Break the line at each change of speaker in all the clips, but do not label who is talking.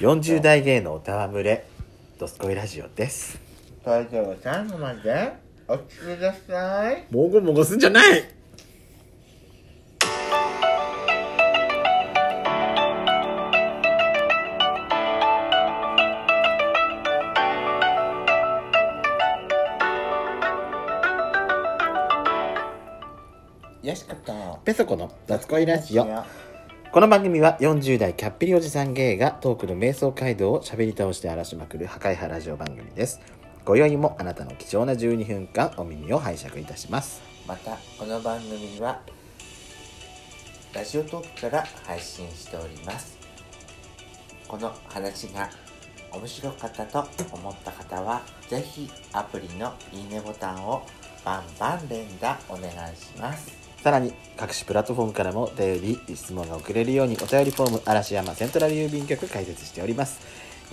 40代芸能たわむれ「ドスコイラジオ」です
それでは最後までお聞きください
もごもごすんじゃない
よしこと
ペソコの「ドスコイラジオ
よ」
この番組は40代キャッピリおじさん芸がトークの瞑想街道をしゃべり倒して荒らしまくる破壊派ラジオ番組です今宵もあなたの貴重な12分間お耳を拝借いたします
またこの番組はラジオトークから配信しておりますこの話が面白かったと思った方はぜひアプリのいいねボタンをバンバン連打お願いします
さらに各種プラットフォームからもお便り質問が送れるようにお便りフォーム嵐山セントラル郵便局開設しております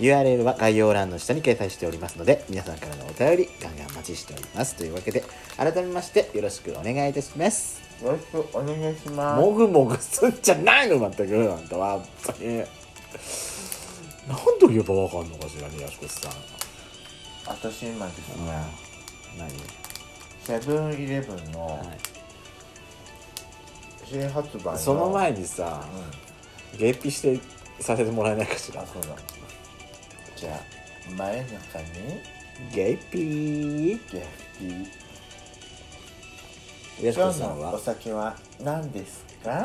URL は概要欄の下に掲載しておりますので皆さんからのお便りガンガンお待ちしておりますというわけで改めましてよろしくお願いいたします
よろしくお願いしま
もぐもぐすんじゃないの全くあんたは本当に何と言えばわかんのかしらねやしこさん
私今ですね
何
セブンイレブンの
はい
新発売の
その前にさ
うん
ゲッピしてさせてもらえないかしら
あそうだじゃあ前の中に
ゲイピー
ゲッピー
やし
今
こ
日
さん
のお
は
酒は何です か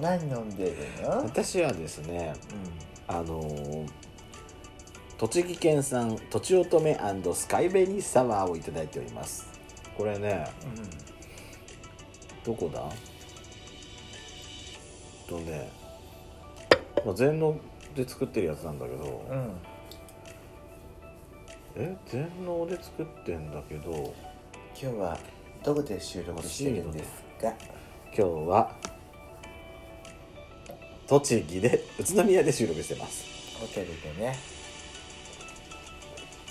何飲んでるの
私はですね
う
あのー栃木県産とちおとめスカイベリーサワーをいただいておりますこれね
ん、うん、
どこだえっとね、まあ、全農で作ってるやつなんだけど、
うん
え全農で作ってんだけど
今日はどこで収録してるんですか
今日は栃木で宇都宮で収録してます
ホテルでね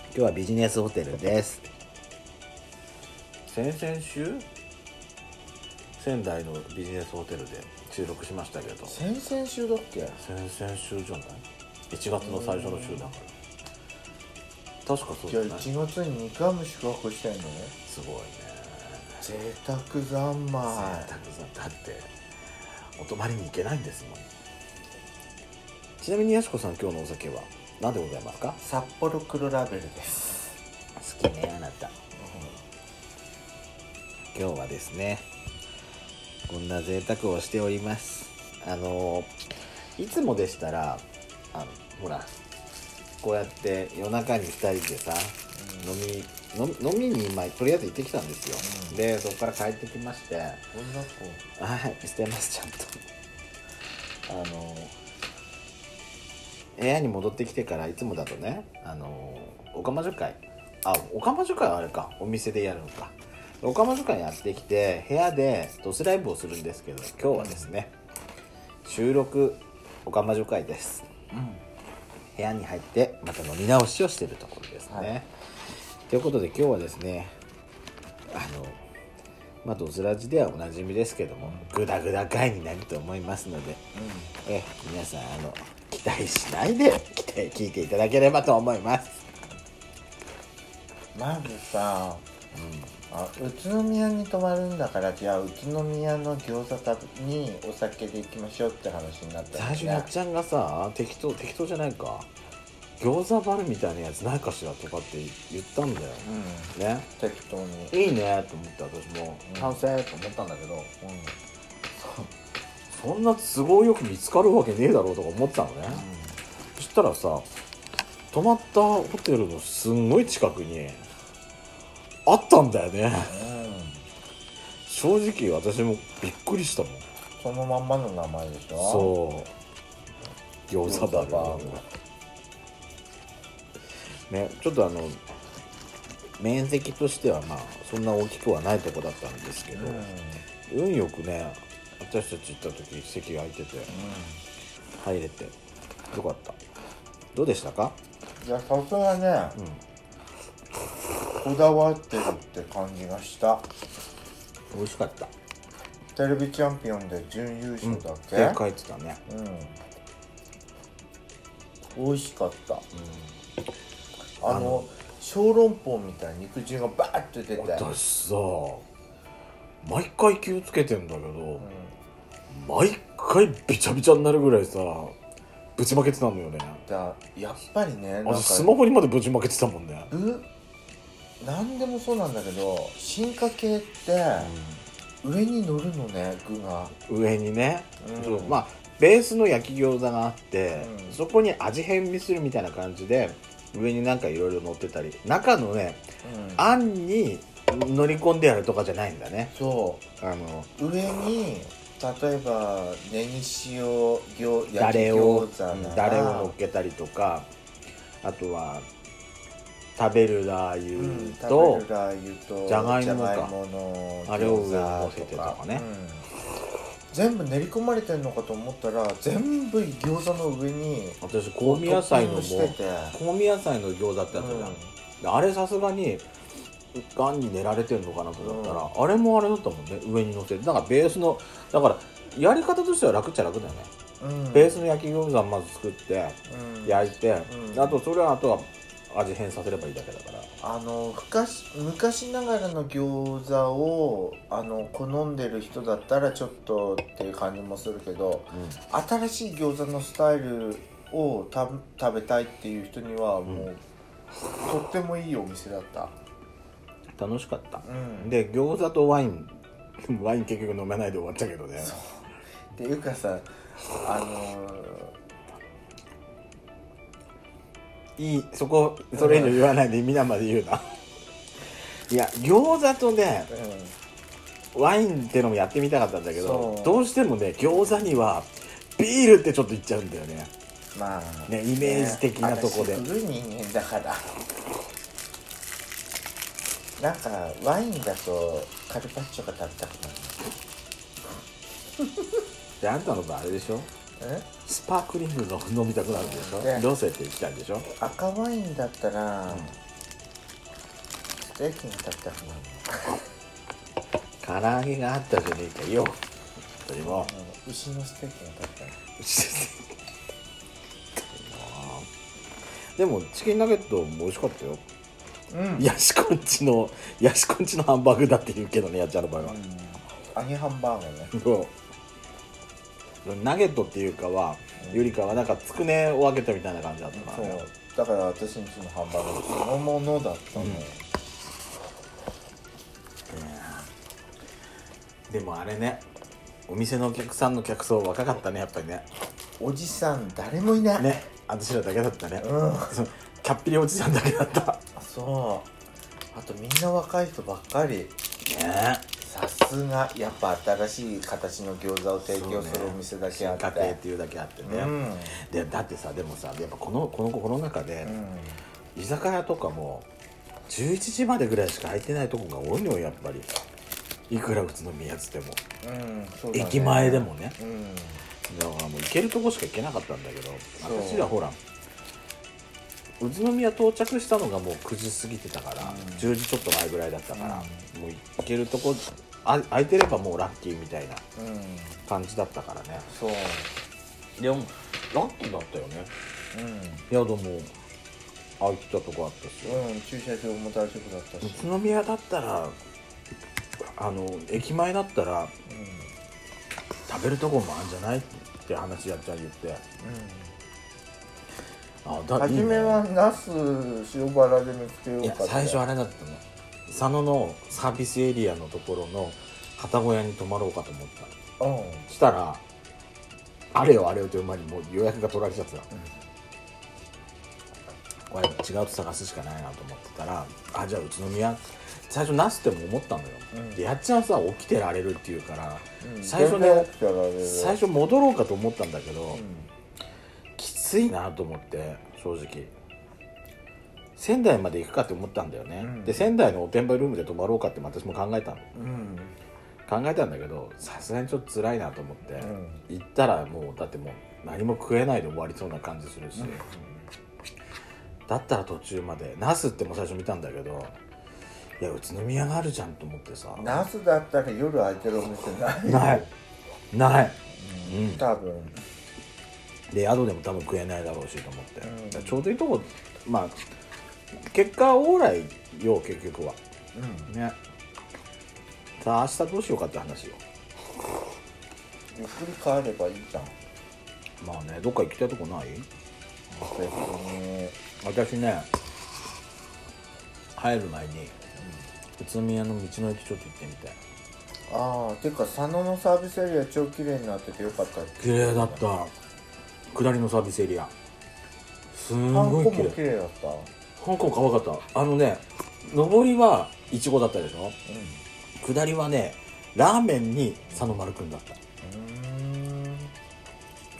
今日はビジネスホテルです先々週仙台のビジネスホテルで収録しましたけど先
先々週だっけ
々週じゃない1月の最初の週だから確かそうじ
今
ゃ
日
ない
1月に2回も宿泊してんのね
すごいね
贅沢三
贅
昧
沢だってお泊まりに行けないんですもんちなみにやしこさん今日のお酒は何でございますか
札幌黒ラベルです、
好きねあなた今日はですねこんな贅沢をしておりますあのいつもでしたらあのほらこうやって夜中に2人でさ飲み飲み飲みに今とりあえず行ってきたんですよ、
うん
でそこから帰ってきまして
女の子
はいしてますちゃんとあの部屋に戻ってきてからいつもだとねあのおかま女会あおかま女会はあれかお店でやるのかおかま女会やってきて部屋でドスライブをするんですけど今日はですね収録おかま女会です
うん
部屋に入ってまた飲み直しをしてるところですね、
はい
ということで今日はですねあのまあドズラジではおなじみですけどもグダグダ回になると思いますのでえ皆さんあの期待しないで期待聞いていただければと思います
まずさ、あ宇都宮に泊まるんだからじゃあ宇都宮の餃子食べにお酒で行きましょうって話になった
最
よね
初にあっちゃんがさ適当適当じゃないか餃子バルみたいなやつないかしらとかって言ったんだよ
うん
ね
適当に
いいねと思って私も
うん
賛成と思ったんだけど、
うんうん
そんな都合よく見つかるわけねえだろうとか思ってたのね、そしたらさ泊まったホテルのすんごい近くにあったんだよね
うん
正直私もびっくりしたもん
そのまんまの名前でしょ
そう餃子バ
餃子
ルねちょっとあの面積としてはまあそんな大きくはないとこだったんですけど、
うんうん
運よくね私たち行った時席が空いてて入れてよかったどうでしたか
いやさすがね、
ん
こだわってるって感じがした
美味しかった
テレビチャンピオンで準優勝だっけ、
正解ってたね
うん美味しかった
う
あの
あの
小籠包みたいに肉汁がバーッと出て、うん、
ん、私さ毎回気をつけてんだけど、毎回びちゃびちゃになるぐらいさぶちまけてたのよね
だやっぱりねなんか
私スマホにまでぶちまけてたもんね、
ぶ何でもそうなんだけど進化系って上に乗るのね具が
上にね、
うん
そうまあベースの焼き餃子があって、
うん
そこに味変味するみたいな感じで上になんかいろいろ乗ってたり中のね
うん
あんに乗り込んでやるとかじゃないんだね
そ
あの
う上に例えばネギ塩餃焼き
誰を
餃子なら
だれを乗っけたりとかあとは食べるラ
う
ー
ん
油と、
食べるラー油と
じゃがいもか
じゃがいもの餃子とか
あれを上に乗せてとかね
うん全部練り込まれてんのかと思ったら全部餃子の上に
私香味野菜のも
トッピングしてて
香味野菜の餃子ってやつじゃん、であれさすがにがんに練られてるのかなと思ったら、あれもあれだったもんね上に乗せてだからベースのだからやり方としては楽っちゃ楽だよね、
うん
ベースの焼き餃子をまず作って
うん
焼いて、
うん
あとそれはあとは味変させればいいだけだから
あの昔昔ながらの餃子をあの好んでる人だったらちょっとっていう感じもするけど新しい餃子のスタイルをた食べたいっていう人にはもう、とってもいいお店だった、
楽しかった、
うん、
で餃子とワイン ワイン結局飲めないで終わっちゃうけどね
っていうかさあの
いいそこそれ以上言わないで皆まで言う ないや餃子とね
ーうん
ワインってのもやってみたかったんだけど
そう
どうしてもね餃子にはビールってちょっといっちゃうんだよね
まあ
ねイメージ的なとこで
ね私古い人間だからなんかワインだとカルパッチョが食べたくな
であんたの場合あれでしょ
るえ
スパークリングの飲みたくなるでしょ、
ね
ロセって言きたいでしょ
赤ワインだったら、ステーキに食べたくな
唐
る
揚げがあったじゃねえかよそれも
うん牛のステーキに食べたくなる
でもチキンナゲットも美味しかったよ
うん
ヤシコンチのヤシコンチのハンバーグだって言うけどねやっちゃんの場合は、
揚げハンバーガーね
そうナゲットっていうかはよりかはなんかつくねを開けたみたいな感じだったか
そ
ら、
うだから私のちのハンバーガーそのものだったの、
でもあれねお店のお客さんの客層若かったねやっぱりね
おじさん誰もいない
ね私らだけだったね、
うん
そうキャッピリおじさんだけだった
あそうあとみんな若い人ばっかり
ね
さすがやっぱ新しい形の餃子を提供するお店だけあっ
家庭ってていうだけあってね、
うん
でだってさでもさやっぱこのこのこの中で
う、ん
居酒屋とかも11時までぐらいしか空いてないとこが多いのよやっぱりいくら宇都宮っつっても、
うんそうだね
駅前でもね
うん
だからもう行けるとこしか行けなかったんだけど
そう
私らほら宇都宮到着したのがもう9時過ぎてたから、
うん
10時ちょっと前ぐらいだったから、もう行けるとこあ空いてればもうラッキーみたいな
うん
感じだったからね
そう
でもラッキーだったよね
う
宿も空いてたとこあったし
んうん駐車場も大丈夫だったし
宇都宮だったらあの駅前だったら
うんうん
食べるとこもあるんじゃないって話やっちゃん言ってあだ
初めはナス塩バラで見つけよ
いい、ね、
う
いや
かって
最初あれだったの佐野のサービスエリアのところの旗小屋に泊まろうかと思った
うん
したらあれよあれよという間にもう予約が取られちゃってた、これ違うと探すしかないなと思ってたらあじゃあ宇都宮最初なすっても思ったのよ、
うん
でやっちゃんさ起きてられるっていうから、
うん
最初
全然
ね
起きたらあれだよ
最初戻ろうかと思ったんだけど、
うん
きついなと思って正直仙台まで行くかって思ったんだよね、
うん
で仙台のおてんばルームで泊まろうかって私も考えたの
うん
考えたんだけどさすがにちょっと辛いなと思って、
うん
行ったらもうだってもう何も食えないで終わりそうな感じするし、だったら途中までナスってもう最初見たんだけどいや宇都宮があるじゃんと思ってさ
ナスだったら夜空いてるお店ない
ないない、うん
多分
で宿でも多分食えないだろうしと思って、
うん
だからちょうどいいとこまあ結果オーライよ結局は
うん
ねさあ明日どうしようかって話よ
ゆっくり帰ればいいじゃん
まあねどっか行きたいとこない
別に
私ね入る前に宇都宮の道の駅ちょっと行ってみたい
ああていうか佐野のサービスエリア超綺麗になっててよかった
綺麗だった下りのサービスエリアすん
ハンコ
ごい
も
綺麗
綺麗だった
香港可愛かったあのね上りはイチゴだったでしょ
う
下りはねラーメンに佐野丸くんだった
んうん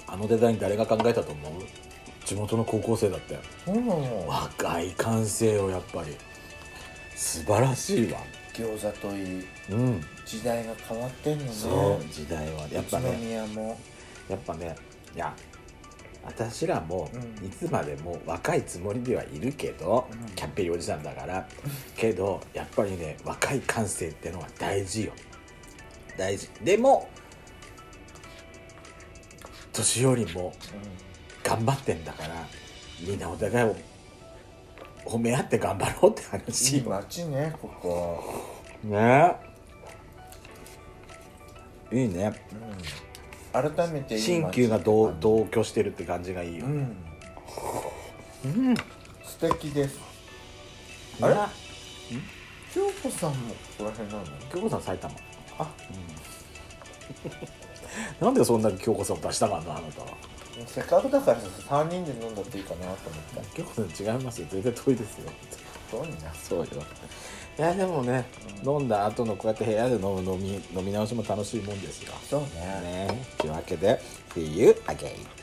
あのデザイン誰が考えたと思う地元の高校生だったよ
そうなの
若い感性よやっぱり素晴らしいわ
餃子といい
うん
時代が変わってんのね
そう時代はやっぱ
宇都
ね
宮も
やっぱねいや私らも
うん
いつまでも若いつもりではいるけど、
うん
キャッペリおじさんだ からけどやっぱりね若い感性ってのは大事よ大事でも年寄りも頑張ってんだからみんなお互いを褒め合って頑張ろうって
い
話
い
よ
街ねここ
ねいいね
うん改めていい街
新旧が同同居してるって感じがいいよ
う
ね、
ん
うん
素敵です
あ
あ
れ
れ京子さんもここら辺なの
京子さん埼玉
あ
なんでそんなに京子さんを出したがんのあなたは
せっかくだからさ3人で飲んだっていいかなと思った
京子さん違いますよ全然遠いですよ
どうにな
そうよいやでもね、飲んだ後のこうやって部屋で飲む飲み飲み直しも楽しいもんですよ
そうね
ねというわけで See you again